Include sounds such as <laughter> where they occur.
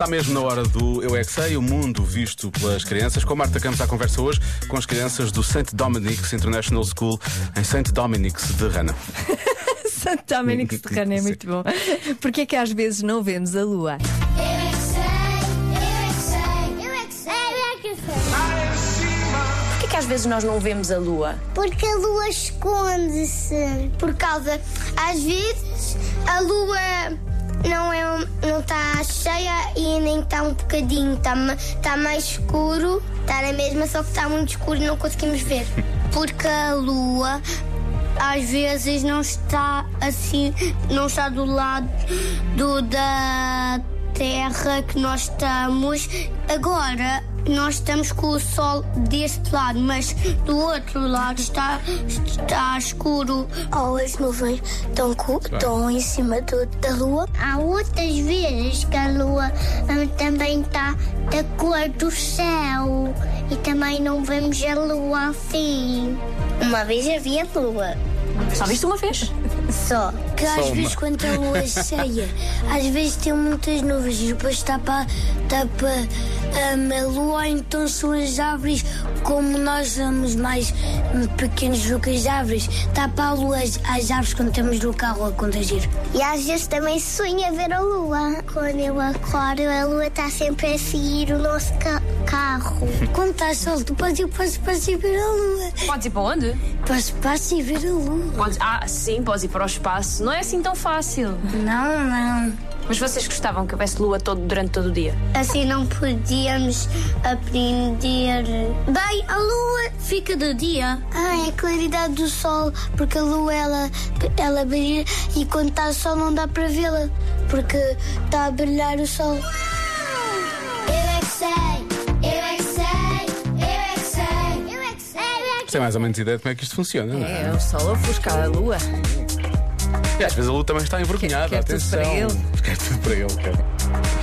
Está mesmo na hora do Eu É Que Sei, o mundo visto pelas crianças. Com a Marta Campos à conversa hoje com as crianças do St. Dominic's International School em St. Dominic's de Rana. Santo <laughs> Dominic Serrano é muito bom. <laughs> Porque é que às vezes não vemos a lua? Eu é que sei, eu é que sei, eu é que sei, eu é que sei. Porquê que às vezes nós não vemos a lua? Porque a lua esconde-se. Por causa, às vezes, a lua não é não está cheia e nem está um bocadinho, está tá mais escuro, está na mesma, só que está muito escuro e não conseguimos ver. Porque a lua às vezes não está assim, não está do lado do, da terra que nós estamos. Agora nós estamos com o sol deste lado, mas do outro lado está, está escuro. Ou Oh, as nuvens estão, em cima da lua. Há outras vezes que a lua hum, também está da cor do céu e também não vemos a lua assim. Uma vez havia lua. Só viste uma vez? Só. Que às vezes quando a lua é cheia, às vezes tem muitas nuvens e depois tapa, tapa hum, a lua, então são as árvores, como nós somos mais hum, pequenos do que as árvores, tapa a lua as, as árvores quando estamos no carro a conduzir. E às vezes também sonha ver a lua. Quando eu acordo, a lua está sempre a seguir o nosso carro. Quando está sol, tu podes ir para o espaço e ver a lua. Podes ir para onde? Para o espaço e ver a lua. Podes... Ah, sim, podes ir para o espaço. Não é assim tão fácil. Não, não. Mas vocês gostavam que houvesse lua todo, durante todo o dia? Assim não podíamos aprender. Bem, a lua fica do dia. Ah, é a claridade do sol, porque a lua ela, ela brilha e quando está sol não dá para vê-la, porque está a brilhar o sol. Eu é que sei, eu é que sei, eu é que sei, eu é que sei, eu é que Tem mais ou menos ideia de como é que isto funciona, não é? É o sol a ofuscar a lua. E às vezes a Lu também está envergonhada, Quer- quer tudo atenção. para ele. Quer tudo para ele, cara.